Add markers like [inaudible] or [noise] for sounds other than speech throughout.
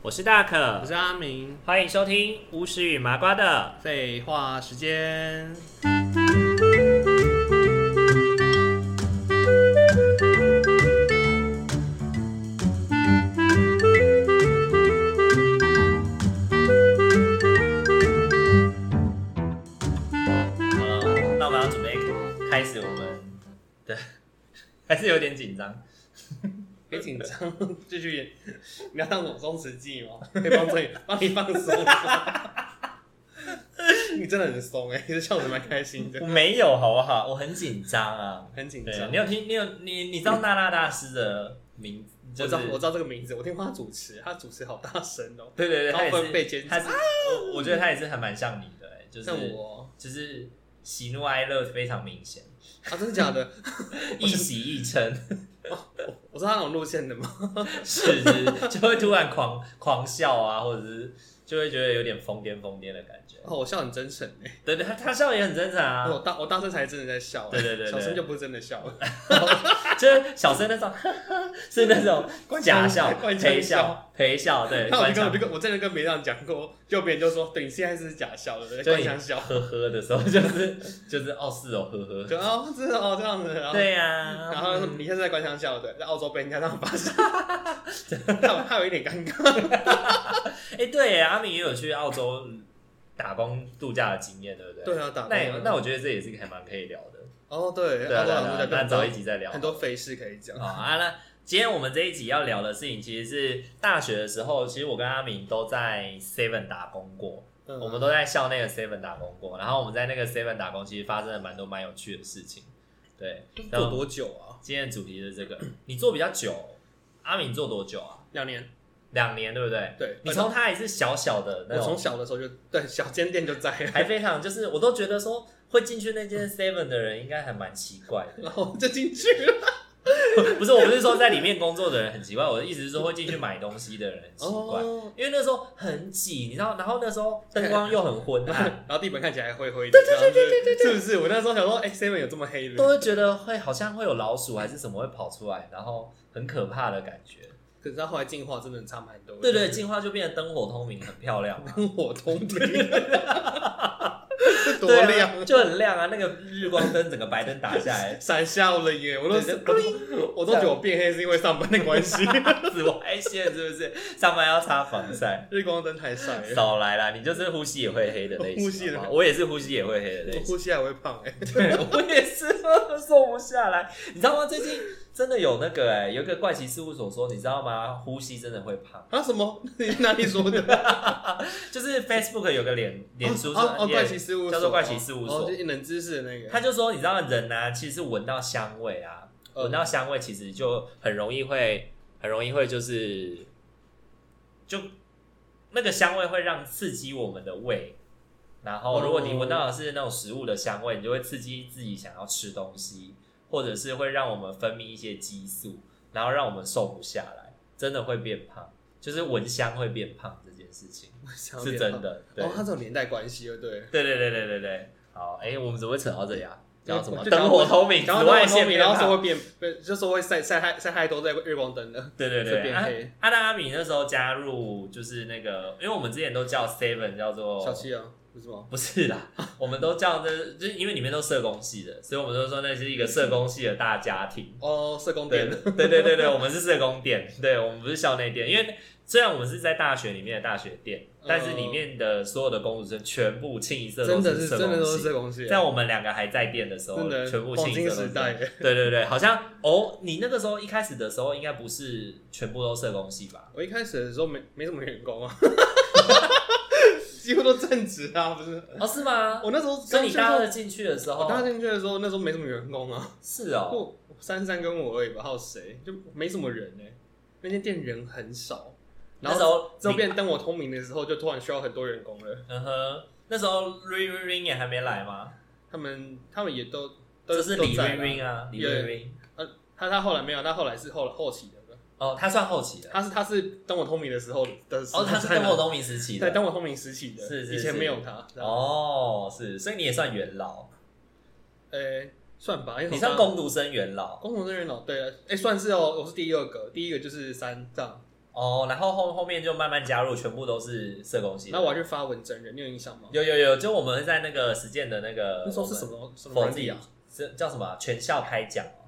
我是大可我，是阿明，欢迎收听巫师与麻瓜的。废话时间。好了，呃那我们要准备开始我们的， [laughs] 还是有点紧张。别紧张，继续。你要当什么松弛剂 [laughs] 吗？可以帮助你，帮你放松。你真的很松哎、你这笑得蛮开心的我，没有，好不好？我很紧张啊。很紧对，张。你有听？你有你你知道娜娜大师的名？就我是知道我知道这个名字，我听过他主持，他主持好大声哦、对对对，高他也分贝是，尖他是，我我觉得他也是还蛮像你的、欸，就是像我就是喜怒哀乐非常明 [laughs] 显，啊，真的假的？一喜一嗔，我是他那种路线的吗？ [laughs] 是是，就会突然狂狂笑啊，或者是就会觉得有点疯癫疯癫的感觉。哦，我笑很真诚哎、对对，他他笑也很正常我啊，大我大声才真的在笑、欸，对对对对小声就不是真的笑了。就是小生那种， [laughs] 呵呵是那种官腔假笑、官腔陪笑、陪笑，对， [laughs] 那我官就腔跟我就，跟我真的跟别人讲过，就别人就说，对你现在是假笑的，就官你腔笑，呵呵的时候，就是就是哦是哦呵呵，就哦，真的哦这样子，然后对啊呀、然后嗯你现在在官腔笑的，在澳洲被人家这样发 [laughs] 现，他他有一点尴尬。哎、对耶，阿明也有去澳洲嗯打工度假的经验，对不对？对啊，打工那也那我我觉得这也是个还蛮可以聊的。哦对，对啊，对澳洲啊打对工在啊那更找一多集再聊。很多肥事可以讲哦。啊，那今天我们这一集要聊的事情，其实是大学的时候，其实我跟阿明都在 Seven 打工过，嗯我们都在校内的 Seven 打工过。然后我们在那个 Seven 打工，其实发生了蛮多蛮有趣的事情。对，然做后多久啊？今天的主题是这个，你做比较久，阿明做多久啊？两年。两年，对不对？对，你从他还是小小的那我种，从小的时候就对小间店就在了，还非常就是，我都觉得说会进去那嗯间 Seven 的人应该还蛮奇怪 [laughs] 的。然后就进去了。不是，我不是说在里面工作的人很奇怪，我的意思是说会进去买东西的人 [laughs] 很奇怪， [laughs] 哦，因为那时候很挤，你知道，然后那时候 [laughs] 灯光又很昏暗，然后地板看起来灰灰的，对对对对对，是不是？我那时候想说，哎，seven 有这么黑都的？会觉得会好像会有老鼠还是什么会跑出来，然后很可怕的感觉。可是他后来进化真的差蛮多的。对对，进化就变得灯火通明，很漂亮嘛。跟我同频，这 [laughs] 多对啊亮！，就很亮啊！那个日光灯整个白灯打下来 [laughs] 闪瞎我的眼，我都对我都我都觉得我变黑是因为上班的关系， [laughs] 紫外线是不是？上班要擦防晒，日光灯太晒了，少来啦！你就是呼吸也会黑的类型，呼吸也会好不好我也是呼吸也会黑的类我型。 [laughs] 呼吸还会胖哎、对 [laughs] 我也是瘦不下来，你知道吗？最近真的有那个哎、有一个怪奇事务所说，你知道吗？呼吸真的会胖，啊什么？ [laughs] 你哪里说的？就是 Facebook 有个脸 [laughs] 脸书哦哦，也怪奇事务所叫做怪奇事务所哦，就冷知识的那个，他就说，你知道人啊，其实闻到香味啊，嗯闻到香味其实就很容易会，很容易会就是，就那个香味会让刺激我们的胃，然后如果你闻到的是那种食物的香味，你就会刺激自己想要吃东西，或者是会让我们分泌一些激素，然后让我们瘦不下来，真的会变胖，就是闻香会变胖这件事情想要是变真胖。的，对哦，他这种年代关系，对不对？ [laughs] 对对对对对对，好，哎、我们怎么会扯到这里啊？讲到什么？就讲灯火通哎明，紫然后外后线面，变然后胖说会变，被就说会晒晒太晒太多在日光灯了。对对会对，变阿黑阿达阿米那时候加入就是那个，因为我们之前都叫 Seven 叫做小七啊，不是吗？不是啦，我们都叫这，就是因为里面都社工系的，所以我们都说那是一个社工系的大家庭。哦，社工对店对对对对对，我们是社工店，对我们不是校内店，因为虽然我们是在大学里面的大学店，但是里面的所有的公主生全部清一色真都的社是真的工都系是。社工系，在我们两个还在店的时候啊真，的全部黄清一金色都时是代。对对对，好像哦，你那个时候一开始的时候，应该不是全部都社工系吧？我一开始的时候没没什么员工啊， [laughs] 几乎都正职啊，不是？哦，是吗？我那时候所以你大刚二进去进去的哦时的时候，我候大，二进去的时候，那时候没什么员工啊，是哦，就珊珊跟我而已吧，还有谁？就没什么人呢、那间店人很少，然那时后候之后你变灯火通明的时候，就突然需要很多员工了。嗯哼，那时候 Ring Ring Ring 也还没来吗？他们他们也都都就是李都在 Ring 啦 Ring 啊，李有 Ring Ring，呃，他他后来没有，他后来是后后期的了，哦，他算后期的，他是他是灯火通明的时候的时候哦，他是在跟哪我东明时期对的，灯火通明时期的，是是以前是没有他。这样哦，是，所以你也算元老，呃、算吧，因为你算工读生元老，啊哦工程人员老对了，哎、算是哦，我是第二个，第一个就是三藏，哦，然后后后面就慢慢加入，全部都是社工系的。那我还去发文真人，你有印象吗？有有有，就我们在那个实践的那个，那时候是什我们么什么佛软地体啊？？是叫什么啊？全校开讲哦。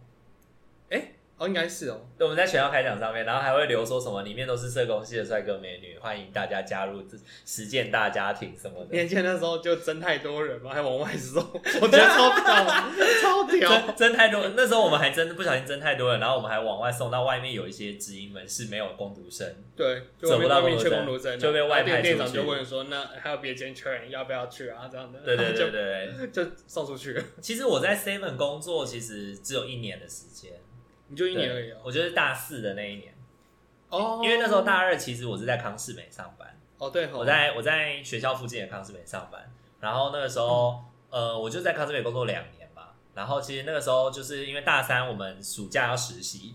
哦，应该是哦。对，我们在全校开讲上面，然后还会留说什么里面都是社工系的帅哥美女，欢迎大家加入这实践大家庭什么的。年轻那时候就真太多人嘛，还往外搜，我觉得超屌，超屌。真真太多，那时候我们还真不小心真太多人，然后我们还往外送到外面有一些知音们是没有攻读生，对，就走外不面到外面公缺路工读生啊，就被外派然出后店店长去就问说，那还有别间缺人要不要去啊？这样的，对对然后对对对。 [laughs] 就就送出去，其实我在 Seven 工作其实只有一年的时间，你就一一年而已哦。我就是大四的那一年，哦因为那时候大二其实我是在康世美上班，哦对吼，我在我在学校附近的康世美上班，然后那个时候、呃我就在康世美工作两年吧，然后其实那个时候就是因为大三我们暑假要实习，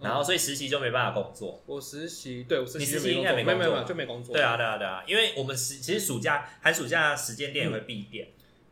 然后所以实习就没办法工作，我实习，对我实你习实就习应该没没工作没工有作没有就没工作。对啊，对啊，对啊，因为我们实其实暑假寒暑假时间点也嗯会闭店，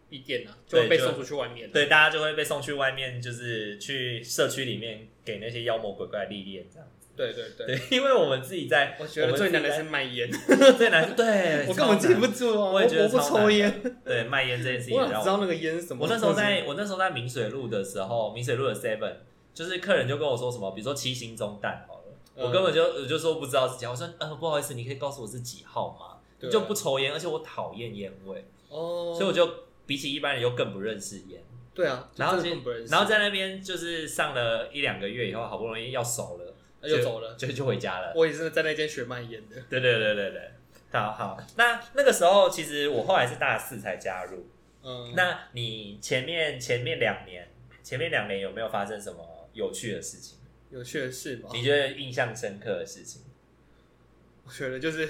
闭店啊，就对会被就送出去外面。啊对，大家就会被送去外面，就是去社区里面给那些妖魔鬼怪历练这样。对对对，对，因为我们自己在，我觉得最难的是卖烟， [laughs] 最难是对，我根本记不超住难啊，我我也觉得不超难抽的烟，，对卖烟这件事情我也想让知道那个烟是什么。我那时候在我那时候在明水路的时候，明水路的 Seven，就是客人就跟我说什么，比如说七星中弹好了，嗯我根本就我就说不知道是几号，我说呃不好意思，你可以告诉我是几号吗？对啊就不抽烟，而且我讨厌烟味，哦，所以我就比起一般人又更不认识烟。对啊，然后就真其实的根本不认识，然后在那边就是上了一两个月以后，好不容易要熟了，那就啊走了。就就回家了。我也是在那间学卖烟的。对对对对对，好好。那那个时候其实我后来是大四才加入。嗯，那你前面前面两年，前面两年有没有发生什么有趣的事情？有趣的事吧，你觉得印象深刻的事情？我觉得就是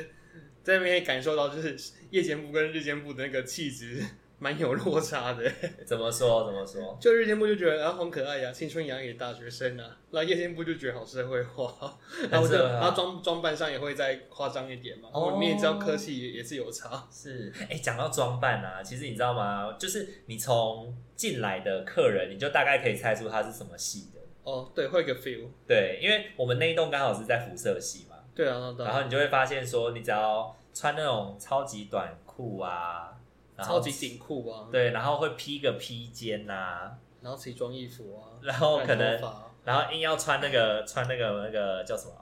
在那边可以感受到，就是夜间部跟日间部的那个气质 [laughs] 蛮有落差的。怎么说？怎么说？就日间部就觉得啊，很可爱呀、青春洋溢的大学生啊。那夜间部就觉得好社会化，然后就很社会化然后装装扮上也会再夸张一点嘛。哦哦，你也知道科技也也是有差。是，哎、讲到装扮啊，其实你知道吗？就是你从进来的客人，你就大概可以猜出他是什么系的。哦，对，会有个 feel。对，因为我们那一栋刚好是在辐射系嘛，对啊，对然啊，后你就会发现说，你只要穿那种超级短裤啊，然后超级紧裤啊，对，然后会披个披肩呐、啊，然后奇装异服啊，然后可染能头发啊然后硬要穿那个穿那个那个叫什么？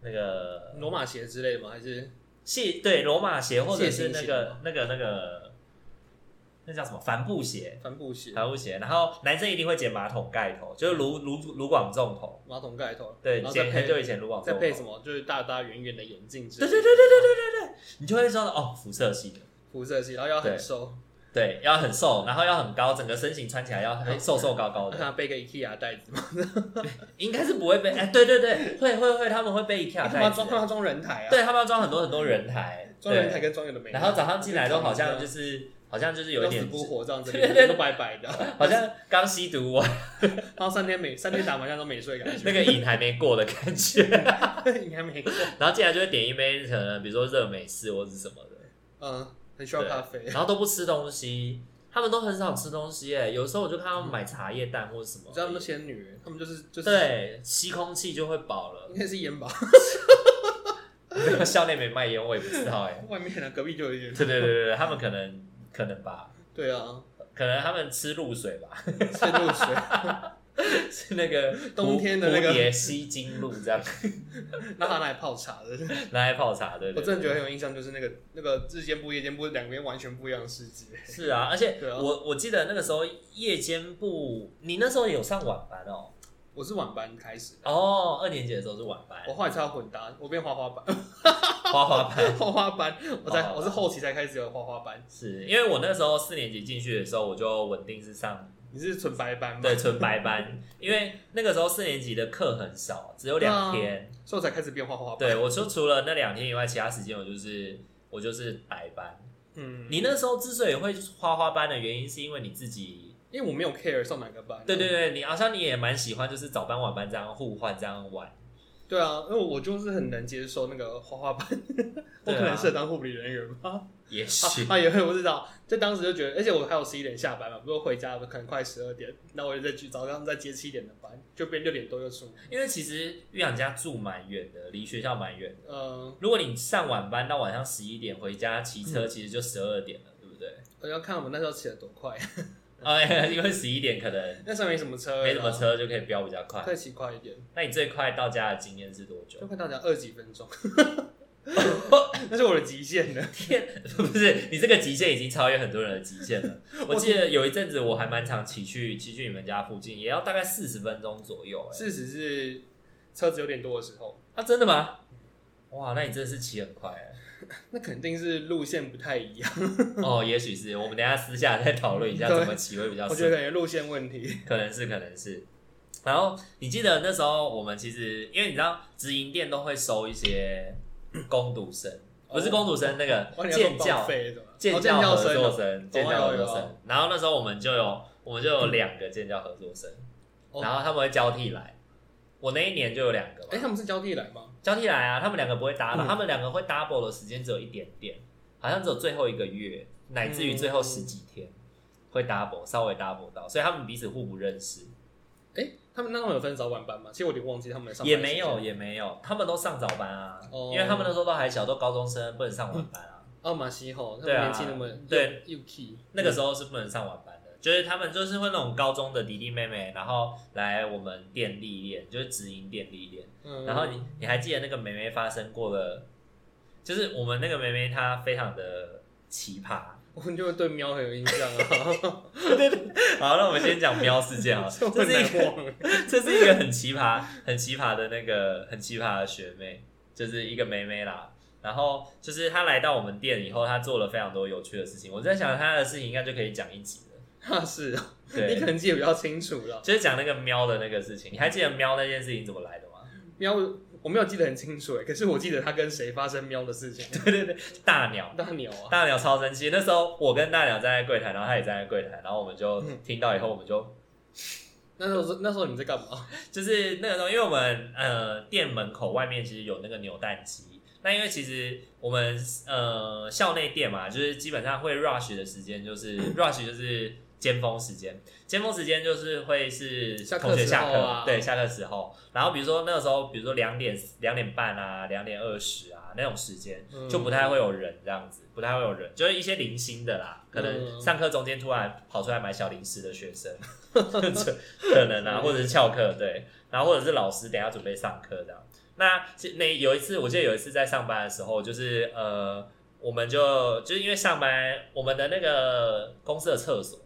那个罗马鞋之类的吗？还是系对罗马鞋，或者是那蟹形鞋个吗那个那个那叫什么帆布鞋？帆布鞋、帆布鞋。然后男生一定会剪马桶盖头，就是卢卢卢广仲头，马桶盖头，啊对，然后剪再很久以配前卢广仲再头。配什么，就是大大圆圆的眼镜之类对对对的，对对对对对，你就会知道哦，辐射系的。辐射系，然后要对很瘦，对，要很瘦，然后要很高，整个身形穿起来要很瘦瘦高高让的，他背个 IKEA 袋子嘛，应该是不会被哎，对对对，会会会，他们会被一跳他带妈装他子，妈装人台啊，对他们要装很多很多人台，装人台对，跟装有的没有，然后早上进来都好像就是好像就是有一要死点，不活这 [laughs] 样子，对对脸对都白白的，好像刚吸毒完，然后三天没三天打麻将都没睡感 [laughs] 那觉，个瘾还没过的感 [laughs] 觉，应该没过，然后进来就会点一杯可能比如说热美式或者是什么的，嗯，很需要咖啡，然后都不吃东西，他们都很少吃东西，哎，有时候我就看他们买茶叶蛋或者什么你，知道那些女人，她们就是就是，对，吸空气就会饱了 [laughs] 应。该是烟吧，没有校内没卖烟，我也不知道哎、外面啊隔壁就有烟，对对对对，他们可能可能吧，对啊，可能他们吃露水吧， [laughs] 是露水，是那个冬天的那个蝴蝶吸金露这样拿它来泡茶 [laughs] 的。拿来泡茶，对对对我真的觉得很有印象，就是那个那个日间部、夜间部两边完全不一样的世界。是啊，而且对啊我我记得那个时候夜间部，你那时候有上晚班哦，我是晚班开始，哦，二年级的时候是晚班我，后来才有混搭，我变花花 [laughs] 班，花花班。花花班，我花花在班我是后期才开始有花花班。是因为我那时候四年级进去的时候，我就稳定是上你是纯白班吗？对，纯白班，因为那个时候四年级的课很少，只有两对啊天，所以我才开始变花花班。对，我说除了那两天以外，其他时间我就是我就是白班。嗯，你那时候之所以会花花班的原因，是因为你自己，因为我没有 care 上哪个班。对对，对，你好像你也蛮喜欢，就是早班晚班这样互换这样玩。对啊，因为我就是很难接受那个花花班， [laughs] 我对啊可能适合当护理人员吧。也许啊，啊也会我知道，就当时就觉得，而且我还有十一点下班嘛，不是回家可能快十二点，那我就再去早上再接七点的班，就变六点多就出。因为其实玉养家住蛮远的，离学校蛮远的。嗯，如果你上晚班到晚上十一点回家，骑车其实就十二点了，对不对？我要看我们那时候骑得多快，嗯哎， [laughs] 因为十一点可能那时候没什么车，没什么，车就可以飙比较快。再骑快一点，那你最快到家的经验是多久就？快到讲二十几 [laughs] 分钟，那是我的极限了。天， [laughs] 不是你这个极限已经超越很多人的极限 [laughs] 了。我记得有一阵子我还蛮常骑去骑去你们家附近，也要大概四十分钟左右、哎，事实是车子有点多的时候，啊，真的吗？哇，那你真的是骑很快、哎。那肯定是路线不太一样，哦，也许是我们等一下私下再讨论一下对怎么骑会比较我觉顺，得可能路线问 [laughs] 题。可能是可能是。然后你记得那时候我们其实，因为你知道直营店都会收一些工读生，哦不是工读生，那个我建教费怎么？建哦建教教合生作哦生，建教合作有有生。然后那时候我们就有我们就有两个建教合作生，哦然后他们会交替来。我那一年就有两个哎，嘛，他们是交替来吗？交替来啊，他们两个不会 double，嗯他们两个会 double 的时间只有一点点，好像只有最后一个月，乃至于最后十几天会 double，稍微 double 到，所以他们彼此互不认识，哎、他们那时候有分早晚班吗？其实我有点忘记他们的上班也时间没有也没有，他们都上早班啊，哦嗯因为他们那时候都还小，都高中生，不能上晚班啊，奥马西吼，他对们啊年轻那么对又 key，那个时候是不能上晚班的，就是他们就是会那种高中的弟弟妹妹，然后来我们店历练，就是直营店历练。嗯然后你你还记得那个梅梅发生过的，就是我们那个梅梅她非常的奇葩。 [laughs] 我们就会对喵很有印象啊， [laughs] 好，那我们先讲喵事件好了，我 [laughs] 这很是一难个忘。这是一个很奇葩、很奇葩的那个很奇葩的学妹，就是一个妹妹啦。然后就是她来到我们店以后，她做了非常多有趣的事情。我在想她的事情应该就可以讲一集了。 [laughs] 那是哦，你可对，能记得比较清楚 [laughs] 了。就是讲那个喵的那个事情，你还记得喵那件事情怎么来的吗？ [laughs] 喵，我没有记得很清楚哎，可是我记得他跟谁发生喵 [laughs] 的事情。对对对，大鸟，大鸟啊，大鸟超生气。那时候我跟大鸟站在柜台，然后她也站在柜台，然后我们就嗯听到以后，我们就那时候是那时候你们在干嘛？就是那个时候，因为我们呃店门口外面其实有那个扭蛋机，那因为其实我们呃校内店嘛，就是基本上会 rush 的时间就是 rush 就是尖峰时间，尖峰时间就是会是下课同学时下候课，啊对下课时候，然后比如说那个时候，比如说两点两点半啊，两点二十啊那种时间，嗯就不太会有人这样子，不太会有人，就是一些零星的啦，可能嗯上课中间突然跑出来买小零食的学生， [laughs] 可能啊，或者是翘课，对，然后或者是老师等一下准备上课这样。那其那有一次，我记得有一次在上班的时候，就是呃，我们就就是因为上班，我们的那个公司的厕所，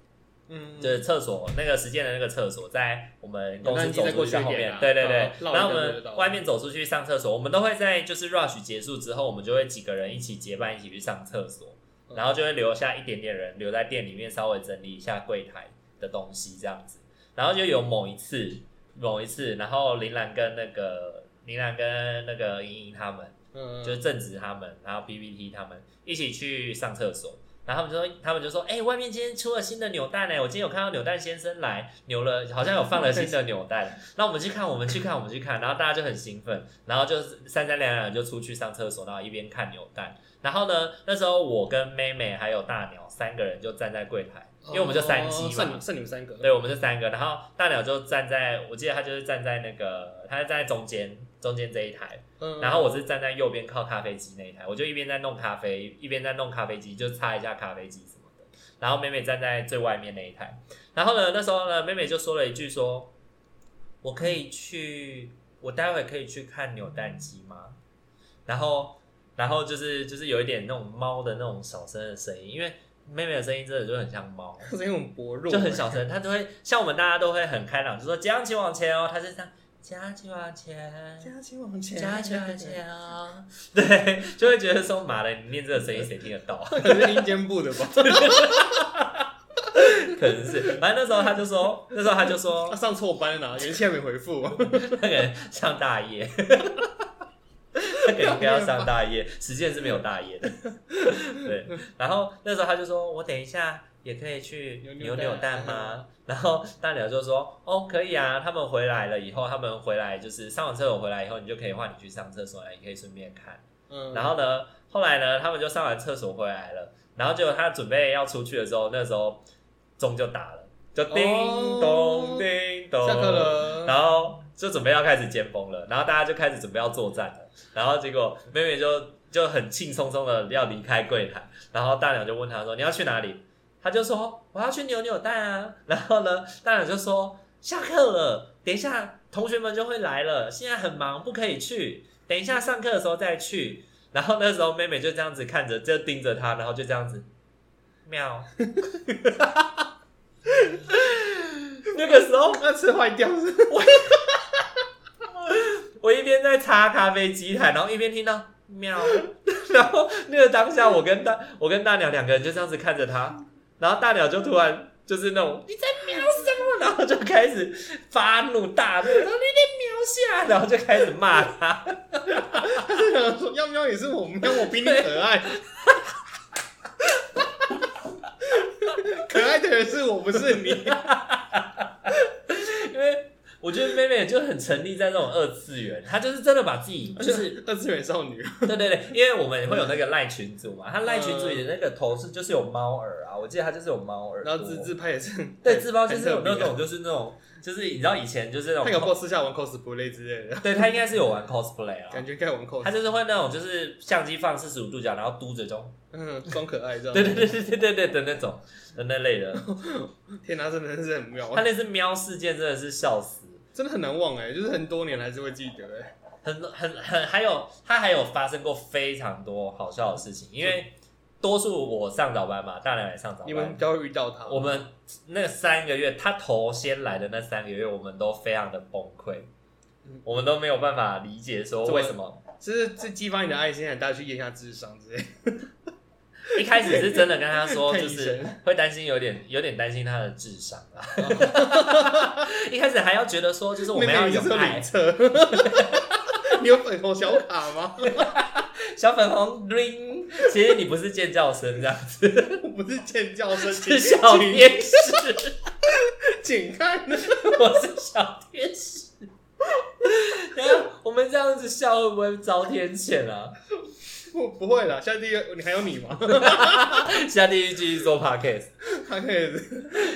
嗯，就是厕所那个实践的那个厕所，在我们公司那你走再出过去去在后一点面啊，对对对哦。绕一然后我个们就到了外面走出去上厕所，我们都会在就是 rush 结束之后，我们就会几个人一起结伴一起去上厕所，嗯然后就会留下一点点人留在店里面稍微整理一下柜台的东西这样子。然后就有某一次，某一次，然后林兰跟那个林兰跟那个莹莹他们。嗯，就是正直他们，然后 PPT 他们一起去上厕所，然后他们就说，他们就说，哎、外面今天出了新的扭蛋呢、我今天有看到扭蛋先生来扭了，好像有放了新的扭蛋，那我们去看，我们去看，我们去看，然后大家就很兴奋，然后就是三三两两就出去上厕所，然后一边看扭蛋，然后呢，那时候我跟妹妹还有大鸟三个人就站在柜台，因为我们就三哦机嘛，剩你们剩你们三个，对，我们是三个，然后大鸟就站在，我记得他就是站在那个，他是站在中间，中间这一台。嗯，然后我是站在右边靠咖啡机那一台，我就一边在弄咖啡，一边在弄咖啡机，就擦一下咖啡机什么的。然后妹妹站在最外面那一台。然后呢，那时候呢，妹妹就说了一句说：“我可以去，我待会可以去看扭蛋机吗？”然后，然后就是就是有一点那种猫的那种小声的声音，因为妹妹的声音真的就很像猫。可是因为我们薄弱，就很小声，他都会像我们大家都会很开朗，就说加上请往前哦，他是这样加起往前，加起往前，加起往 [laughs] 前哦， [laughs] 对，就会觉得说妈的，你念这个声音谁听得到？ [laughs] 可能是阴间部的吧？可能是，反正那时候他就说，那时候他就他说上错班啊了，元气还没回复。那个人上大夜， [laughs] 那个应该要上大夜，实践是没有大夜的，对。然后那时候他就说，我等一下也可以去扭扭扭扭蛋蛋吗？然后大鸟就说：“哦，可以啊，他们回来了以后，他们回来就是上完厕所回来以后，你就可以换你去上厕所了，你可以顺便看。”嗯，然后呢，后来呢，他们就上完厕所回来了，然后结果他准备要出去的时候，那时候钟就打了，就叮哦咚叮咚，下课了，然后就准备要开始尖峰了，然后大家就开始准备要作战了，然后结果妹妹就就很兴冲冲的要离开柜台，然后大鸟就问她说你要去哪里？她就说我要去扭扭蛋啊，然后呢，大鸟就说下课了，等一下同学们就会来了，现在很忙不可以去，等一下上课的时候再去。然后那时候妹妹就这样子看着，就盯着他，然后就这样子 [laughs] 喵。那个时候那吃坏掉是不是我一边在擦咖啡机台，然后一边听到喵， [laughs] 然后那个当下，我跟大我跟大鸟两个人就这样子看着他，然后大鸟就突然就是那种你在喵什么，然后就开始发怒大怒，然后你在喵下，然后就开始骂他，他就想说要喵也是我喵，我比你可爱。可爱的人是我，不是你。因为我觉得妹妹就很沉溺在这种二次元，她就是真的把自己 [laughs] [laughs] 就是二次元少女，对对对，因为我们会有那个赖群组嘛，她赖群嗯组里的那个头饰就是有猫耳啊，我记得她就是有猫耳朵，然后自自拍也是很，哦对，自包就是有很特那别啊种，就是那种，就是你知道以前就是那他有没种，有私下玩 cosplay 之类的？对他应该是有玩 cosplay 啊感，觉该玩 cos，他就是会那种就是相机放四十五度角，然后嘟着中，嗯，装可爱这样。对对对对对对对的那种的那类 [laughs] 的，天哪，真的是很妙他，那次喵事件真的是笑死，真的很难忘哎，就是很多年还是会记得哎。很很很还有他还有发生过非常多好笑的事情，因为多数我上早班嘛，大梁也上早你们班比。较会遇到他，我们那三个月，他头先来的那三个月，我们都非常的崩溃嗯，我们都没有办法理解说怎么为什么就是这激发你的爱心，让大家去验一下智商之类的。 [laughs] 一开始是真的跟他说， [laughs] 看就医是生，会担心有点有点担心他的智商啊。 [laughs] 一开始还要觉得说，就是我们要妹妹有就是爱领。车。 [laughs] 你有粉红小卡吗？ [laughs] 小粉红 ring，其实你不是尖叫声这样子，我不是尖叫声，是 [laughs] 小请天使， [laughs] 请看， [laughs] 我是小天使。等一下我们这样子笑会不会遭天谴啊？不不会啦，下地狱你还有你吗？下地狱继续做 podcast，他可以，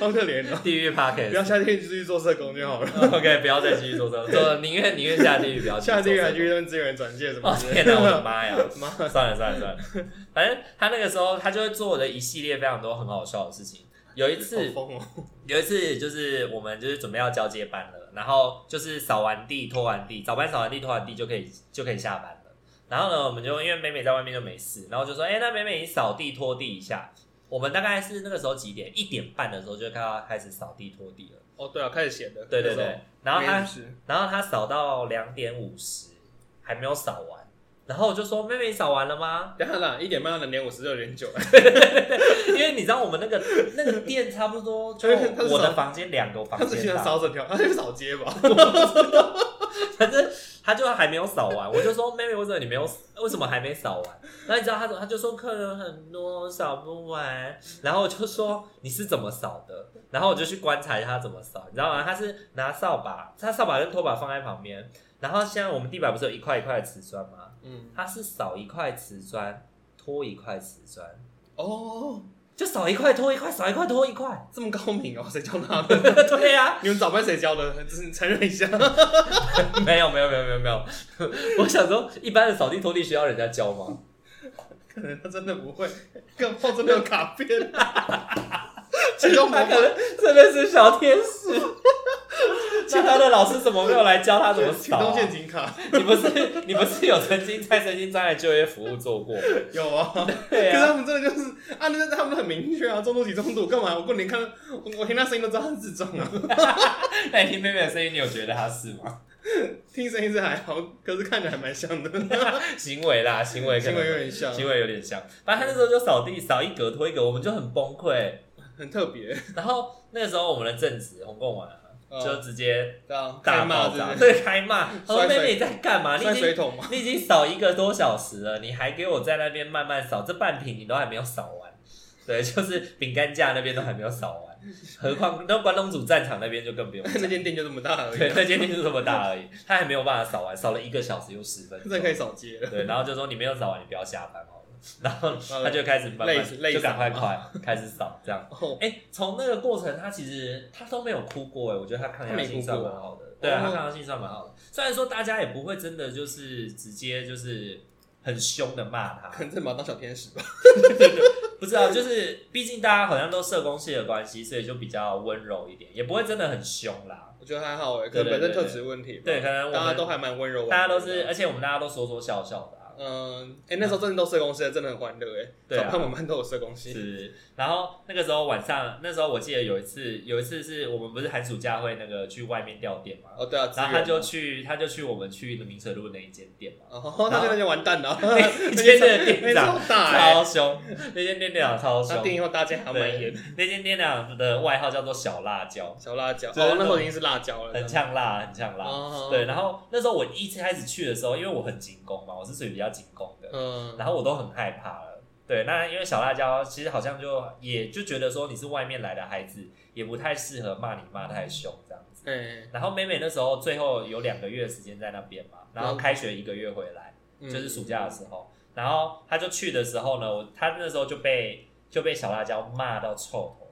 好可怜哦。地狱不要 [laughs] podcast。下地狱，继续做社工就好了。 OK，不要再继续做这个，做宁愿宁愿下地狱，不要继续下地狱做这还个去认资源转介什么哦之类天哪，我的妈呀！妈，算了算了算了，反正他那个时候他就会做了一系列非常多很好笑的事情。有一次，好疯哦！有一次就是我们就是准备要交接班了，然后就是扫完地、拖完地，早班扫完地、拖完地就可以就可以下班了。然后呢，我们就因为美美在外面就没事，然后就说，哎、那美美你扫地拖地一下。我们大概是那个时候几点？一点半的时候就看到开始扫地拖地了。哦，对啊，开始写的，对对对，然后他那时候，然后他扫到两点五十还没有扫完，然后我就说，妹妹你扫完了吗？等一下啦，一点半到两点五十六点九，因为你知道我们那个那个店差不多就对他是我的扫房间两个 [laughs] 他房是喜间大，欢扫整条，他是扫街吧？反正他就还没有扫完，我就说妹妹为什么你没有为什么还没扫完？然后你知道他怎么他就说客人很多扫不完，然后我就说你是怎么扫的？然后我就去观察他怎么扫，你知道吗？他是拿扫把，他扫把跟拖把放在旁边，然后现在我们地板不是有一块一块的瓷砖吗？嗯，他是扫一块瓷砖，拖一块瓷砖，哦，就扫一块拖一块，扫一块拖一块。 [laughs] 这么高明哦，谁教他的？ [laughs] 对呀、你们早班谁教的？ [laughs] 就是承认一下， [laughs] 没有没有没有没有没有， [laughs] 我想说一般的扫地拖地需要人家教 [laughs] 吗？可能他真的不会，更放真的有卡 [laughs] 片，谁教他模可仿？能真的是小天 [laughs] 使。其他的老师怎么没有来教他怎么启扫、动啊？陷阱卡你不是你不是有曾经在身心障碍就业服务做 [laughs] 过吗？有啊，对可是啊，他们真的就是啊，那他们很明确啊，重度体重度干嘛？我过年看到我我听他声音都知道他是自重 [laughs] 啊，那你听妹妹的声音，你有觉得她是吗？听声音是还好，可是看着还蛮像的， [laughs] 行为啦，行为可行能为有点像，行为有点像，反正他那时候就扫地扫一格拖一格，我们就很崩溃。很特别，然后那个时候我们的正职红贡丸啊，嗯就直接这样大爆骂这炸，是对，开骂，他说摔水妹妹你在干嘛？你摔已水经 [laughs] 桶嘛，你已经扫一个多小时了，你还给我在那边慢慢扫，这半瓶你都还没有扫完。对，就是饼干架那边都还没有扫完，何况那关东煮战场那边就更不用讲。那间店就这么大而已对，啊，那间店就这么大而已，他还没有办法扫完，扫了一个小时又十分钟。这可以扫街了。对，然后就说你没有扫完，你不要下班好了。然后他就开始慢累慢死累就死赶快了快开始扫这样。哦，哎、从那个过程，他其实他都没有哭过哎，我觉得他抗压性算蛮好的，对啊，哦他抗压性算蛮好的。虽然说大家也不会真的就是直接就是很凶的骂他，可能真把他当小天使吧。不知道，就是毕竟大家好像都社工系的关系，所以就比较温柔一点，也不会真的很凶啦。我觉得还好哎，可对对能本身对对特质问题吧。对，可能我们大家都还蛮温柔的，啊大家都是，而且我们大家都说说笑笑的、啊，嗯，哎、那时候真的都社工系的，真的很欢乐哎、对啊 [laughs] 早上晚班都有社工系，是，然后那个时候晚上，那时候我记得有一次，有一次是我们不是寒暑假会那个去外面吊店嘛，哦对啊，然后他就资去，他就去我们去明水路那一间店嘛，源嘛，哦， [laughs] 那就那就完蛋 [laughs] 了，[laughs] 那间店的那店超长大哎、超凶， [laughs] 那间店店长超他凶，店以后大家还蛮严，那间店长的外号叫做小辣椒，小辣椒，哦就是那种那时候已经是辣椒了，很呛辣，很呛辣。哦，对，然后那时候我一开始去的时候，因为我很进攻嘛，我是属于比较进攻的，嗯，然后我都很害怕了。对，那因为小辣椒其实好像就也就觉得说你是外面来的孩子，也不太适合骂你骂太凶这样子。哎、然后美美那时候最后有两个月的时间在那边嘛，然后嗯开学一个月回来，嗯就是暑假的时候，然后她就去的时候呢，我她那时候就被就被小辣椒骂到臭头，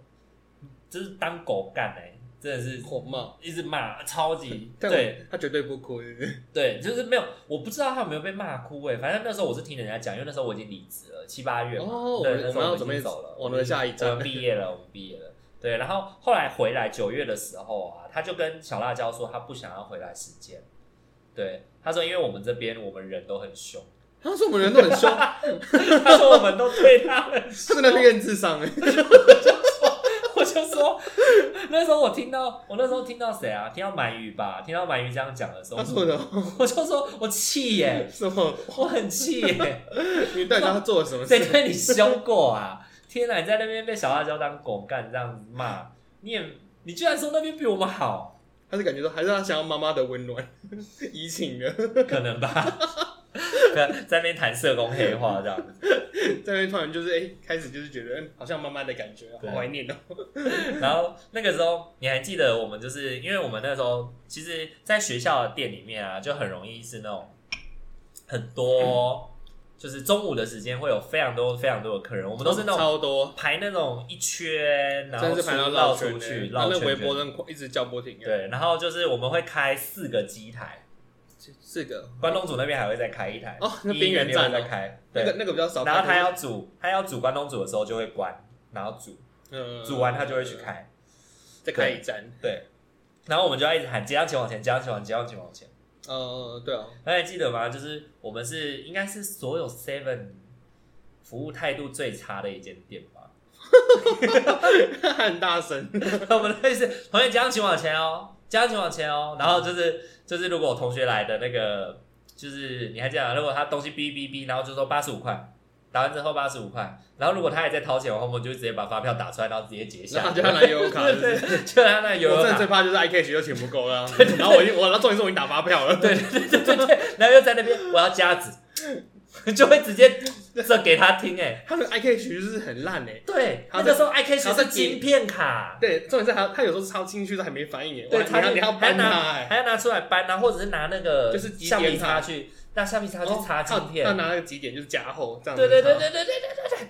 就是当狗干哎、真的是火嘛，一直骂，超级但对，我他绝对不哭，是不是对，就是没有，我不知道他有没有被骂哭哎、反正那时候我是听人家讲，因为那时候我已经离职了，七八月嘛。哦，我对，们那我时们候已要呃经准备走了，我们的下一我站们，毕业了，我们毕业了。对，然后后来回来九月的时候啊，他就跟小辣椒说他不想要回来时间。对，他说因为我们这边我们人都很凶，他啊说我们人都很 [laughs] 凶，他说我们都对他很他真的是认智商哎、我就说， [laughs] 那时候我听到，我那时候听到谁啊？听到鳗鱼吧，听到鳗鱼这样讲的时候他，说的 [laughs] 我就说我气耶、什么？我很气耶、 [laughs] 你到底让他做了什么事？谁对你凶过啊？天哪，你在那边被小辣椒当狗干这样子骂，你也你居然说那边比我们好，他是感觉到还是他想要妈妈的温暖， [laughs] 移情的，可能吧？ [laughs] 在那边谈社工黑话这样子， [laughs] 在那边突然就是哎、开始就是觉得嗯，好像妈妈的感觉，对好怀念哦、然后那个时候你还记得我们就是因为我们那时候其实，在学校的店里面啊，就很容易是那种很多，就是中午的时间会有非常多非常多的客人，我们都是那种超多，排那种一圈，然真后是排到出绕圈出呢去，那绕那圈微圈波灯一直叫波停，，对，然后就是我们会开四个机台，四个，关东煮那边还会再开一台，哦那一边缘那边站会哦再开，那对，个那个比较少，然后他要煮，他要煮关东煮的时候就会关，然后煮，嗯煮完他就会去，开，再开一站，对，然后我们就要一直喊结账前往前，结账前往前，结账前往前。呃，对啊，大家还记得吗？就是我们是应该是所有 Seven 服务态度最差的一间店吧。 [laughs] [laughs] 很大声，我们那是同学结账请往前哦，结账请往前哦。然后就是就是如果我同学来的那个，就是你还记得吗，如果他东西哔哔哔，然后就说八十五块，打完之后八十五块，然后如果他也在掏钱的话，我们就直接把发票打出来，然后直接结然下后。就要拿悠游卡，对是 [laughs] 不对是对，就他那有我有真的最卡，怕就是 I K 又钱不 [laughs] 够了，然后我已经我那终于是我已经打发票了，对对对对对，然后又在那边我要夹子， [laughs] 就会直接这给他听哎、他们 I K 就是很烂哎，对，好那的个时候 I K 好是的是晶片卡，对，重点是还他有时候超进去都还没反应哎，对哇他就你要你要还搬拿他哎。还要拿出来搬啊，或者是拿那个就是极橡皮简擦卡去，拿橡皮擦去哦擦晶片他，他拿那个几点就是加厚这样对子，对啊对对对对对对对，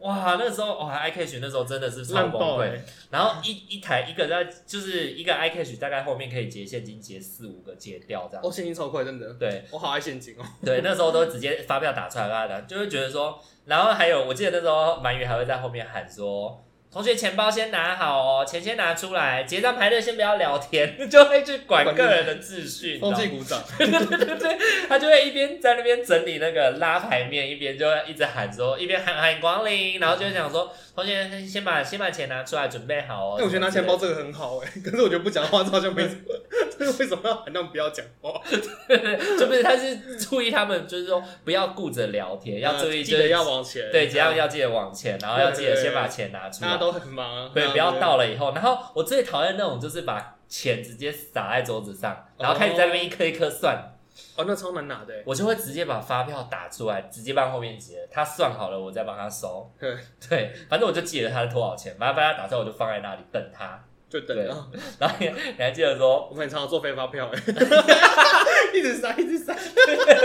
哇，那时候哇 I K 群那时候真的是超烂崩爆溃，哎，然后一一台一个在就是一个 I K 群大概后面可以结现金结四五个结掉这样哦，，现金超快，真的，对我好爱现金哦，对，那时候都直接发票打出来发票打，就会觉得说，然后还有我记得那时候鳗鱼还会在后面喊说。同学，钱包先拿好哦，钱先拿出来，结账排队先不要聊天， [laughs] 就会去管个人的秩序。你知道风吗气鼓掌，他就会一边在那边整理那个拉牌面，一边就会一直喊说，一边喊喊光临，然后就想说，同学先把先把钱拿出来准备好哦。哎但我觉得拿钱包这这个很好哎，可是我觉得不讲话这好像没什么， [laughs] 这个为什么要喊他们不要讲话？就不是他是注意他们，就是说不要顾着聊天，要注意呃就记是得要往前，对，只要要记得往前，然后要记得对对对先把钱拿出大家来，都很忙，啊对，大家不要到了以后，然后我最讨厌那种就是把钱直接撒在桌子上，然后开始在那边一颗一颗算，哦，那超难拿的欸，我就会直接把发票打出来，直接帮后面结，他算好了，我再帮他收。 [laughs] 对对，反正我就记得他是多少钱，把把他打出来，我就放在那里等他。 [laughs] [laughs] 就等对啊。然后你你还记得说， [laughs] 我们很常常做废发票，欸一直塞，一直塞。 [laughs]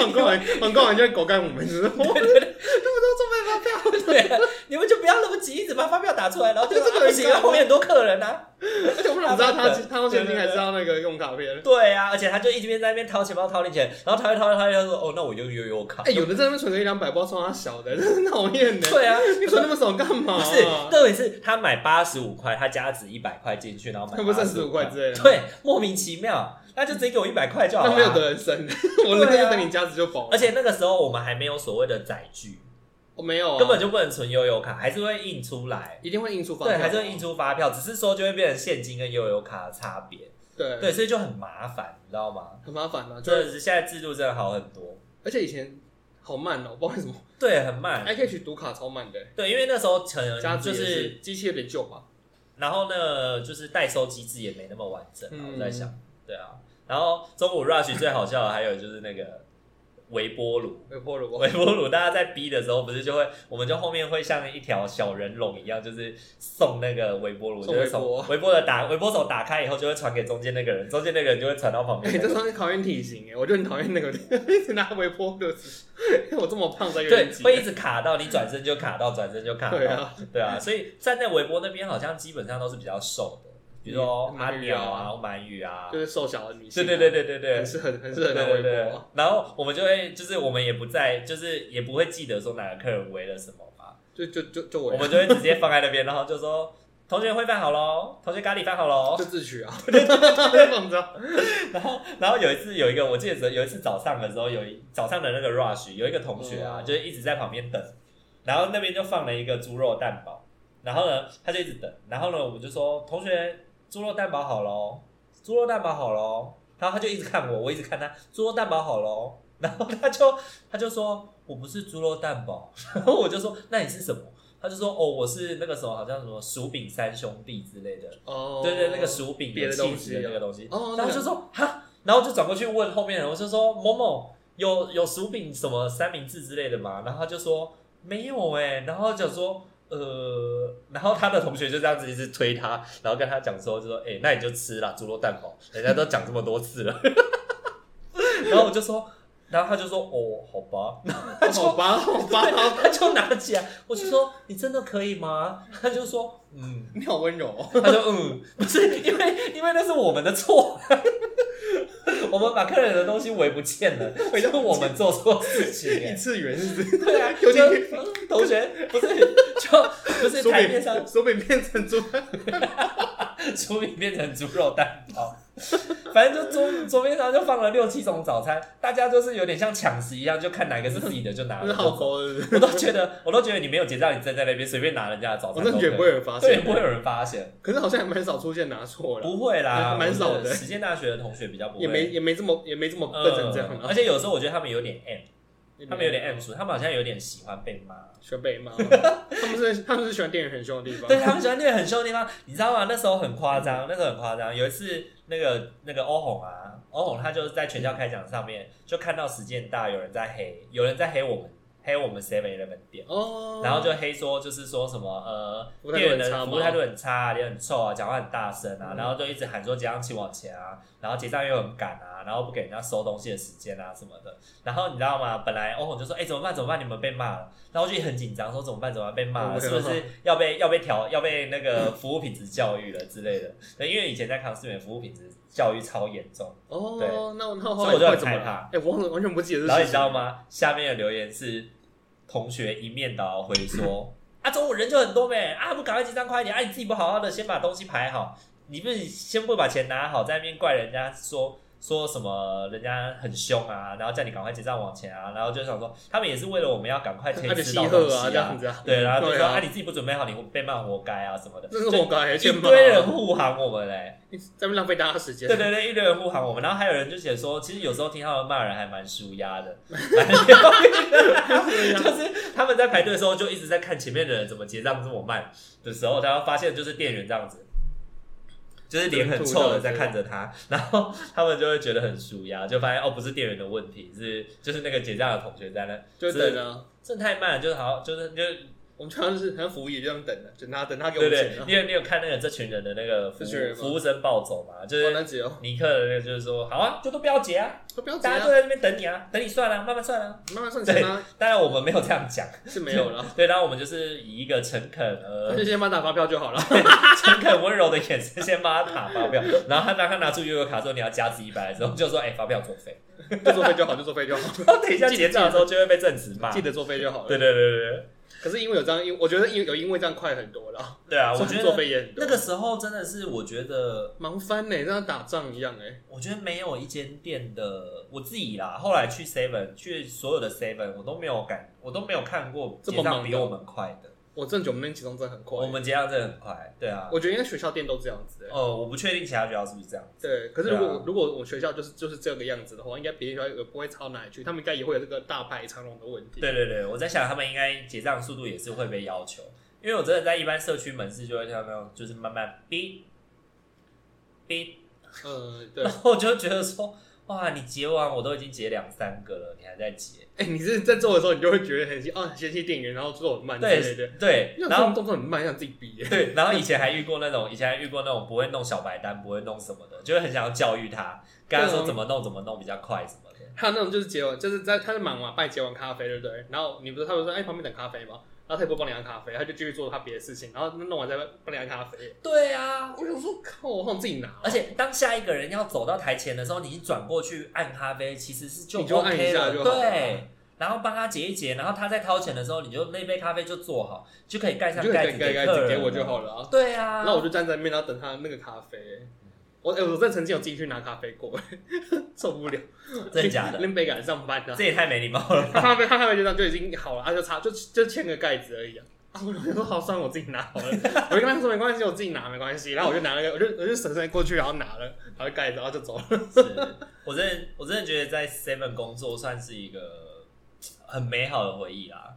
网购完，网购完就会狗干我们，就是我们 [laughs] 那么多做废发票，对啊、你们就不要那么急，一直把发票打出来，然后就这这个个人不行啊，干嘛后面很多客人啊。而且我不 [laughs] 知道他对他用现金还对对是要那个用卡片。对啊，而且他就一边在那边掏钱包掏零钱，然后掏一掏一掏一掏，说哦，那我就悠悠卡。哎，有的在那边存着一两百，不知道送他小的， [laughs] 真的讨厌的。对啊，你存那么少干嘛？ [laughs] 不是，特别是他买八十五块，他加值一百块进去，然后买那不是85 35块之类的吗对，莫名其妙，那就直接给我一百块就好了。那没有得人生， [laughs] 我那个就等你价值就饱了。啊而且那个时候我们还没有所谓的载具，我没有啊，根本就不能存悠游卡，还是会印出来。一定会印出发票对，还是会印出发票，只是说就会变成现金跟悠游卡的差别。对对，所以就很麻烦，你知道吗？很麻烦的、就真的是现在制度真的好很多。而且以前好慢哦、不知道为什么 [laughs] 对，很慢。 IKH 读卡超慢的、对，因为那时候可加能值嗯就是，也是机器有点旧吧，然后呢，就是代收机制也没那么完整啊。嗯我在想，对啊。然后中午 rush 最好笑的还有就是那个微波炉，微波炉微波炉，大家在逼的时候，不是就会，我们就后面会像一条小人龙一样，就是送那个微波炉，就送是哦从微微波波的打微波手打开以后，就会传给中间那个人，中间那个人就会传到旁 [laughs] 哎、边那这个人。算是考验体型哎、我就很讨厌那个 [laughs] 一直拿微波炉，因为 [laughs] 我这么胖才有对点，挤。会一直卡到你转身就卡到，转身就卡到，对啊，对啊，所以站在微波那边好像基本上都是比较瘦的，比如说嗯阿鳗鱼鸟啊啊、鳗鱼啊，就是瘦小的女性、对对对，对对对很，适合很适合拿对对微对波。，然后我们就会就是我们也不在，就是也不会记得说哪个客人围了什么嘛，就就就就我我们就会直接放在那边，然后就说同学烩饭好喽，同学咖喱饭好喽就。自取 [laughs] 啊，就放着。然后，然后有一次有一个，我记得有一次早上的时候，有一早上的那个 rush，有一个同学啊，嗯就是一直在旁边等，然后那边就放了一个猪肉蛋堡，然后呢，他就一直等，然后呢，我们就说同学猪肉蛋堡好喽，猪肉蛋堡好喽，然后他就一直看我，我一直看他，猪肉蛋堡好喽，然后他就他就说我不是猪肉蛋堡，然后我就说那你是什么？他就说哦，我是那个时候好像什么薯饼三兄弟之类的，哦，对对，那个薯饼别有的东气西质的那个东西，哦，然后就说哈，然后就转过去问后面的人，我就说某某有有薯饼什么三明治之类的嘛，然后他就说没有哎、然后就说呃，然后他的同学就这样子一直推他，然后跟他讲说就说哎、那你就吃啦，猪肉蛋堡，人家都讲这么多次了， [laughs] 然后我就说，然后他就说哦，好吧， [laughs] 那个好吧好吧，好吧他就拿起来，我就说你真的可以吗？他就说嗯，你好温柔哦。他说嗯，不是因为因为那是我们的错， [laughs] 我们把客人的东西围不见了，就是我们做错事情异 [laughs] 欸。次元是不是？对啊，有就点同学不是就不是手台柄面上手柄变成猪，猪饼变成猪肉蛋包，反正就桌桌面上就放了六七种早餐，大家就是有点像抢食一样，就看哪个是自己的就拿那了。好抠是不 [laughs] 是？我都觉得，我都觉得你没有结账，你站在那边随便拿人家的早我餐真都的可觉以，得不会有人发对，现，不会有人发现，可是好像也蛮少出现拿错了，不会啦，还蛮少的我觉得实践大学的同学比较不会，也没也没这么也没这么笨成这样嗯啊而。且有时候我觉得他们有点 M，也没他们有点 M 啊出，他们好像有点喜欢被骂。喜欢被骂，啊他们是 [laughs] 他们是喜欢电影很凶的地 [laughs] 方。对他们喜欢虐很凶的地方，嗯你知道吗？那时候很夸张，那时候很夸张。有一次，那个那个欧红啊，欧红他就是在全校开讲上面就看到实践大有人在黑，有人在黑我们，黑我们 Seven Eleven 店。哦，然后就黑说，就是说什么服呃，务态度店员很差的吗服务态度很差啊，脸很臭啊，讲话很大声啊，嗯然后就一直喊说结账请往前啊，然后结账又很赶啊，然后不给人家收东西的时间啊什么的。然后你知道吗？本来欧红就说，哎、怎么办？怎么办？你们被骂了。然后我就很紧张，说怎么办？怎么办？被骂了，嗯是不是要被要被调要被那个服务品质教育了之类的？对，因为以前在康斯美服务品质教育超严重。对哦，那我那所后以我就来很怎么害怕了？哎，我忘了完全不记得这然后事你知道情。吗？下面的留言是同学一面倒回说：“啊，中午人就很多呗，啊，不赶快结账快一点，啊，你自己不好好的先把东西排好，你不是先不把钱拿好，在那边怪人家说说什么人家很凶啊，然后叫你赶快结账往前啊，然后就想说他们也是为了我们要赶快可那以吃就西到东鹤啊，西这样啊。”子啊，对，然后就对说啊啊，你自己不准备好，你会被骂活该啊什么的，这是活该，欠一骂堆人护航我们嘞、在那边浪费大家时间。 [laughs] 对对对，一堆人护航我们，然后还有人就写说，其实有时候听他们骂人还蛮舒压 [laughs] 的，蛮疗愈的就是他们在排队的时候就一直在看前面的人怎么结账这么慢的时候，然后发现就是店员这样子，就是脸很臭的在看着他，然后他们就会觉得很舒压，就发现哦不是店员的问题，是就是那个结账的同学在那，就等啊，这太慢了，就是好就是就我们常常是好像服务业就这样等的，等他等他给我对们对钱，啊你。有你有看那个这群人的那个服这群人务吗服务生暴走嘛？就好难是解哦，尼克的那个就是说好啊，就都不要结啊，说不要急大家啊都，在那边等你啊，等你算啊，慢慢算啊。慢慢算钱啊，当然我们没有这样讲，是没有了，对，然后我们就是以一个诚恳而 [laughs] 那就先帮他打发票就好了。 [laughs] 诚恳温柔的眼神先帮他打发票，然后他拿他拿出悠游卡之后，你要加值一百的时候，就说：“哎、发票作 [laughs] 废。就作废就好，就作废就好，”然后等一下结账的时候就会被正直骂。记对得作废就好对对了。对对可是因为有这样，因我觉得因有因为这样快很多了，对啊！我所以觉作得废也很多。那个时候真的是，我觉得忙翻呢，像打仗一样哎，我觉得没有一间店的我自己啦，后来去 Seven 去所有的 Seven，我都没有感，我都没有看过这结么忙账的比我们快的。我正九门那其中真的很快欸我，们结账真的很快，对啊。我觉得应该学校店都这样子哎。呃，我不确定其他学校是不是这样。对，可是如对果啊如果我们学校就是就是这个样子的话，应该别的学校也不会差到哪里去，他们应该也会有这个大排长龙的问题。对对对，我在想他们应该结账速度也是会被要求，因为我真的在一般社区门市就会看到那种，就是慢慢哔哔，嗯，对然。后我就觉得说，哇，你结完我都已经结两三个了，你还在结，哎，你是在做的时候，你就会觉得很啊，嫌弃店员，然后做很慢之类的。对对，因为然他们后动作很慢，让自己逼耶。 [laughs] 对，然后以前还遇过那种，以前还遇过那种不会弄小白单，不会弄什么的，就会很想要教育他，跟他对说啊怎么弄怎么弄比较快什么的。还有那种就是结完，就是在他在忙完，帮你结完咖啡，对不对？然后你不是他们说，哎、旁边等咖啡吗？然后他也不帮你拿咖啡，他就继续做他别的事情，然后弄完再帮你拿咖啡。对啊，我想说，靠，我好想自己拿，哦而且当下一个人要走到台前的时候，你一转过去按咖啡，其实是就你就按 OK 一下了就好了对。然后帮他结一结，然后他在掏钱的时候，你就那杯咖啡就做好，就可以盖你上就可盖以子盖给盖客子人给我就了。好了啊。对啊，那我就站在那边，然后等他那个咖啡。我哎、我在曾经有自己去拿咖啡过， [laughs] 受不了，真的 [laughs] 假的拎杯赶上班的、啊这，也太没礼貌 [laughs] 了。他咖啡他咖啡就这样就已经好了，他就擦就就签个盖子而已啊。啊，我就说好，算了我自己拿好 [laughs] 了。我就跟他说没关系，我自己拿没关系。然后我就拿了个，我就我就婶婶过去，然后拿了，然后盖子，然后就走了。是我真的我真的觉得在 Seven 工作算是一个很美好的回忆啦，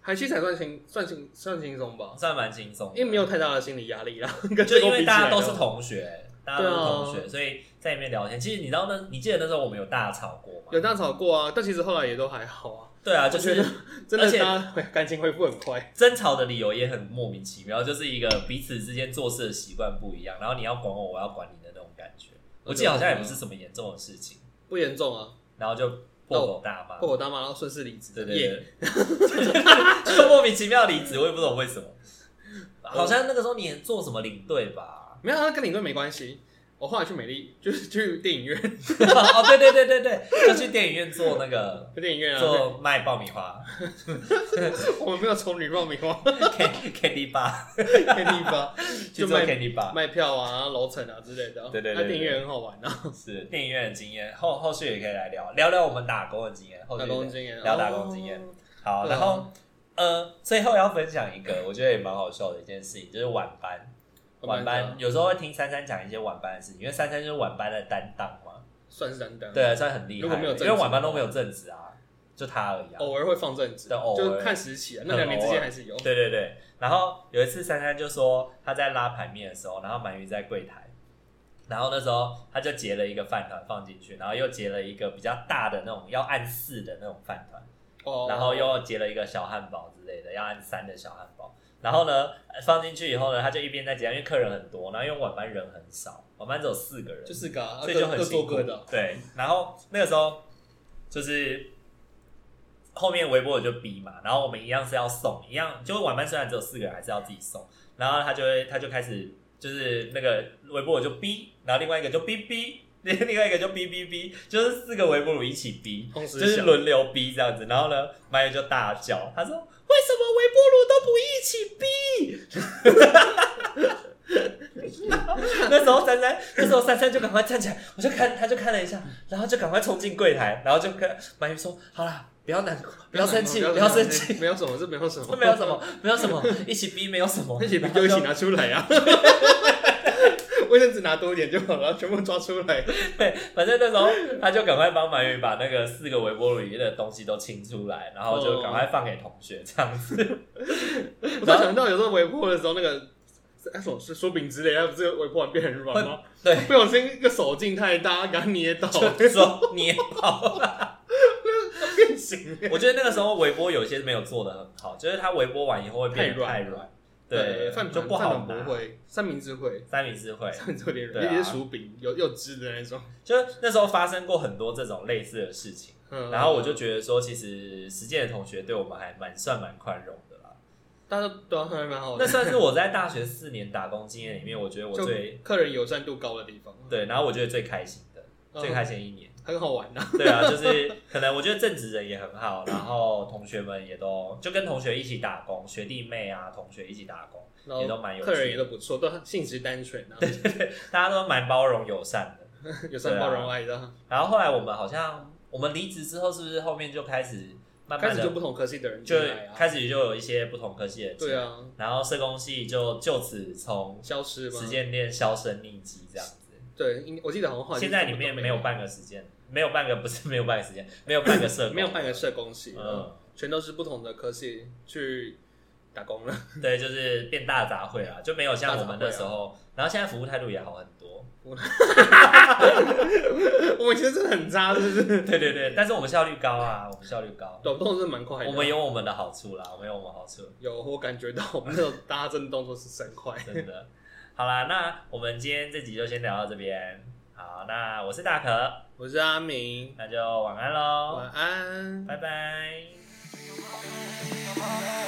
还其实还算轻，算轻，算轻松吧，嗯算蛮轻松的。因为没有太大的心理压力啦。跟就这因个比为起来大家的都话啊是同学，大家都是同学，所以在里面聊天。其实你知道那，你记得那时候我们有大吵过有吗？大吵过啊，但其实后来也都还好啊。对啊，就我觉是得真的而且大家会感情恢复很快，争吵的理由也很莫名其妙，就是一个彼此之间做事的习惯不一样，然后你要管我，我要管你的那种感觉。我记得好像也不是什么严重的事情，不严重啊。然后就破口大骂破，口大骂，然后顺势离职。对对耶，对， [laughs] 就是莫名其妙离职，我也不懂为什么。好像那个时候你也做什么领队吧？ [laughs] 没有，他跟领队没关系。我后来去美丽，就是去电影院，哦，对对对对对，就去电影院做那个去电影院啊。做卖爆米 [laughs] 花。我们没有丑女爆米花。 K K D 吧， K 地方去就做卖 K D 吧，卖票啊、楼层啊之类的。对对对那对电影院很好玩啊，是电影院的经验，后后续也可以来聊聊聊我们打工的经验，后续打也工经验，聊打工经验哦。好，对啊然后呃，最后要分享一个我觉得也蛮好笑的一件事情，就是晚班。晚啊班有时候会听珊珊讲一些晚班的事情，因为珊珊就是晚班的担当嘛，算是啊担当，对，，啊算很厉害。嗯如果没有因正职为晚班都没有正职啊，就他而已啊。偶尔会放正职对偶，尔就是看时期啊，那两年之间还是有。对对对，然后有一次珊珊就说她在拉盘面的时候，然后鳗鱼在柜台，然后那时候她就结了一个饭团放进去，然后又结了一个比较大的那种要按四的那种饭团，哦然后又结了一个小汉堡之类的要按三的小汉堡，然后呢呃放进去以后呢，她就一边在结账，因为客人很多，然后因为晚班人很少，晚班只有四个人，就是个啊， [laughs] 所以就各很各辛做苦各的。对，然后那个时候就是后面微波炉就逼嘛，然后我们一样是要送，一样就是晚班虽然只有四个人，还是要自己送。然后他就会他就开始就是那个微波炉就逼，然后另外一个就哔哔，另另外一个就哔哔哔，就是四个微波炉一起逼。同就时是想轮流逼这样子，然后呢，马友就大叫，他说：“为什么微波炉都不一起逼？” [laughs] 那时候珊珊，那时候珊珊就赶快站起来，我就看，他就看了一下，然后就赶快冲进柜台，然后就跟马友说：“好啦，不要难过，不要生气，不要生气，， [laughs] 没有什么，这没有什么，这没有什么，没有什么，一起逼没有什么，那些然笔后 [laughs] 就一起拿出来啊。卫生纸拿多一点就好了，全部抓出来。对，反正那时候他就赶快帮鳗鱼把那个四个微波炉里面的东西都清出来，然后就赶快放给同学这样子。我突然想到，有时候微波的时候，那个哎是那种是酥饼之类，它不是微波完变很软吗？对，不小心一个手劲太大，给它捏到，就手捏爆。 [laughs] 变形。我觉得那个时候微波有些没有做的很好，就是它微波完以后会变得太太软软，对，饭团就不好饭拿团。不会，三明治会，三明治会，三明治有点对啊软，尤其是薯饼，有有汁的那种。就是那时候发生过很多这种类似的事情，嗯然后我就觉得说，其实实践的同学对我们还蛮算蛮宽容的啦。大家都对啊，还蛮好的。那算是我在大学四年打工经验里面，我觉得我就最客人友善度高的地方，对，然后我觉得最开心的，嗯最开心的一年。很好玩的。对啊，就是可能我觉得正职人也很好，然后同学们也都就跟同学一起打工，学弟妹啊，同学一起打工，然也后都蛮有哦客人趣也的，都不错，都很性质单纯啊，大家都蛮包容友善的。友善包容爱的。啊然后后来我们好像我们离职之后，是不是后面就开始慢啊开慢始就的不同科系的人进就来啊，开始就有一些不同科系的进对来，啊，然后社工系就就此从消失吗实？践店销声匿迹这样子。对，应我记得好像后来就现在什里么都面没没有半个时间，没有半个不是没有半个时间， [laughs] 没有半个社工，没有半个社工啊系，嗯，全都是不同的科系去打工了， [laughs] 嗯对，就是变大杂烩啦，就没有像我们大杂烩啊那时候。然后现在服务态度也好很多，我们其实真的很渣，[laughs] 是不是？对对对，但是我们效率高啊，我们效率高，抖动是蛮快的，我们有我们的好处啦，我们有我们好处。有我感觉到我们那种大家真的动作是神快，真的。 [laughs] 好啦，那我们今天这集就先聊到这边。好，那我是大可，我是阿明，那就晚安喽，晚安。拜拜。 You're my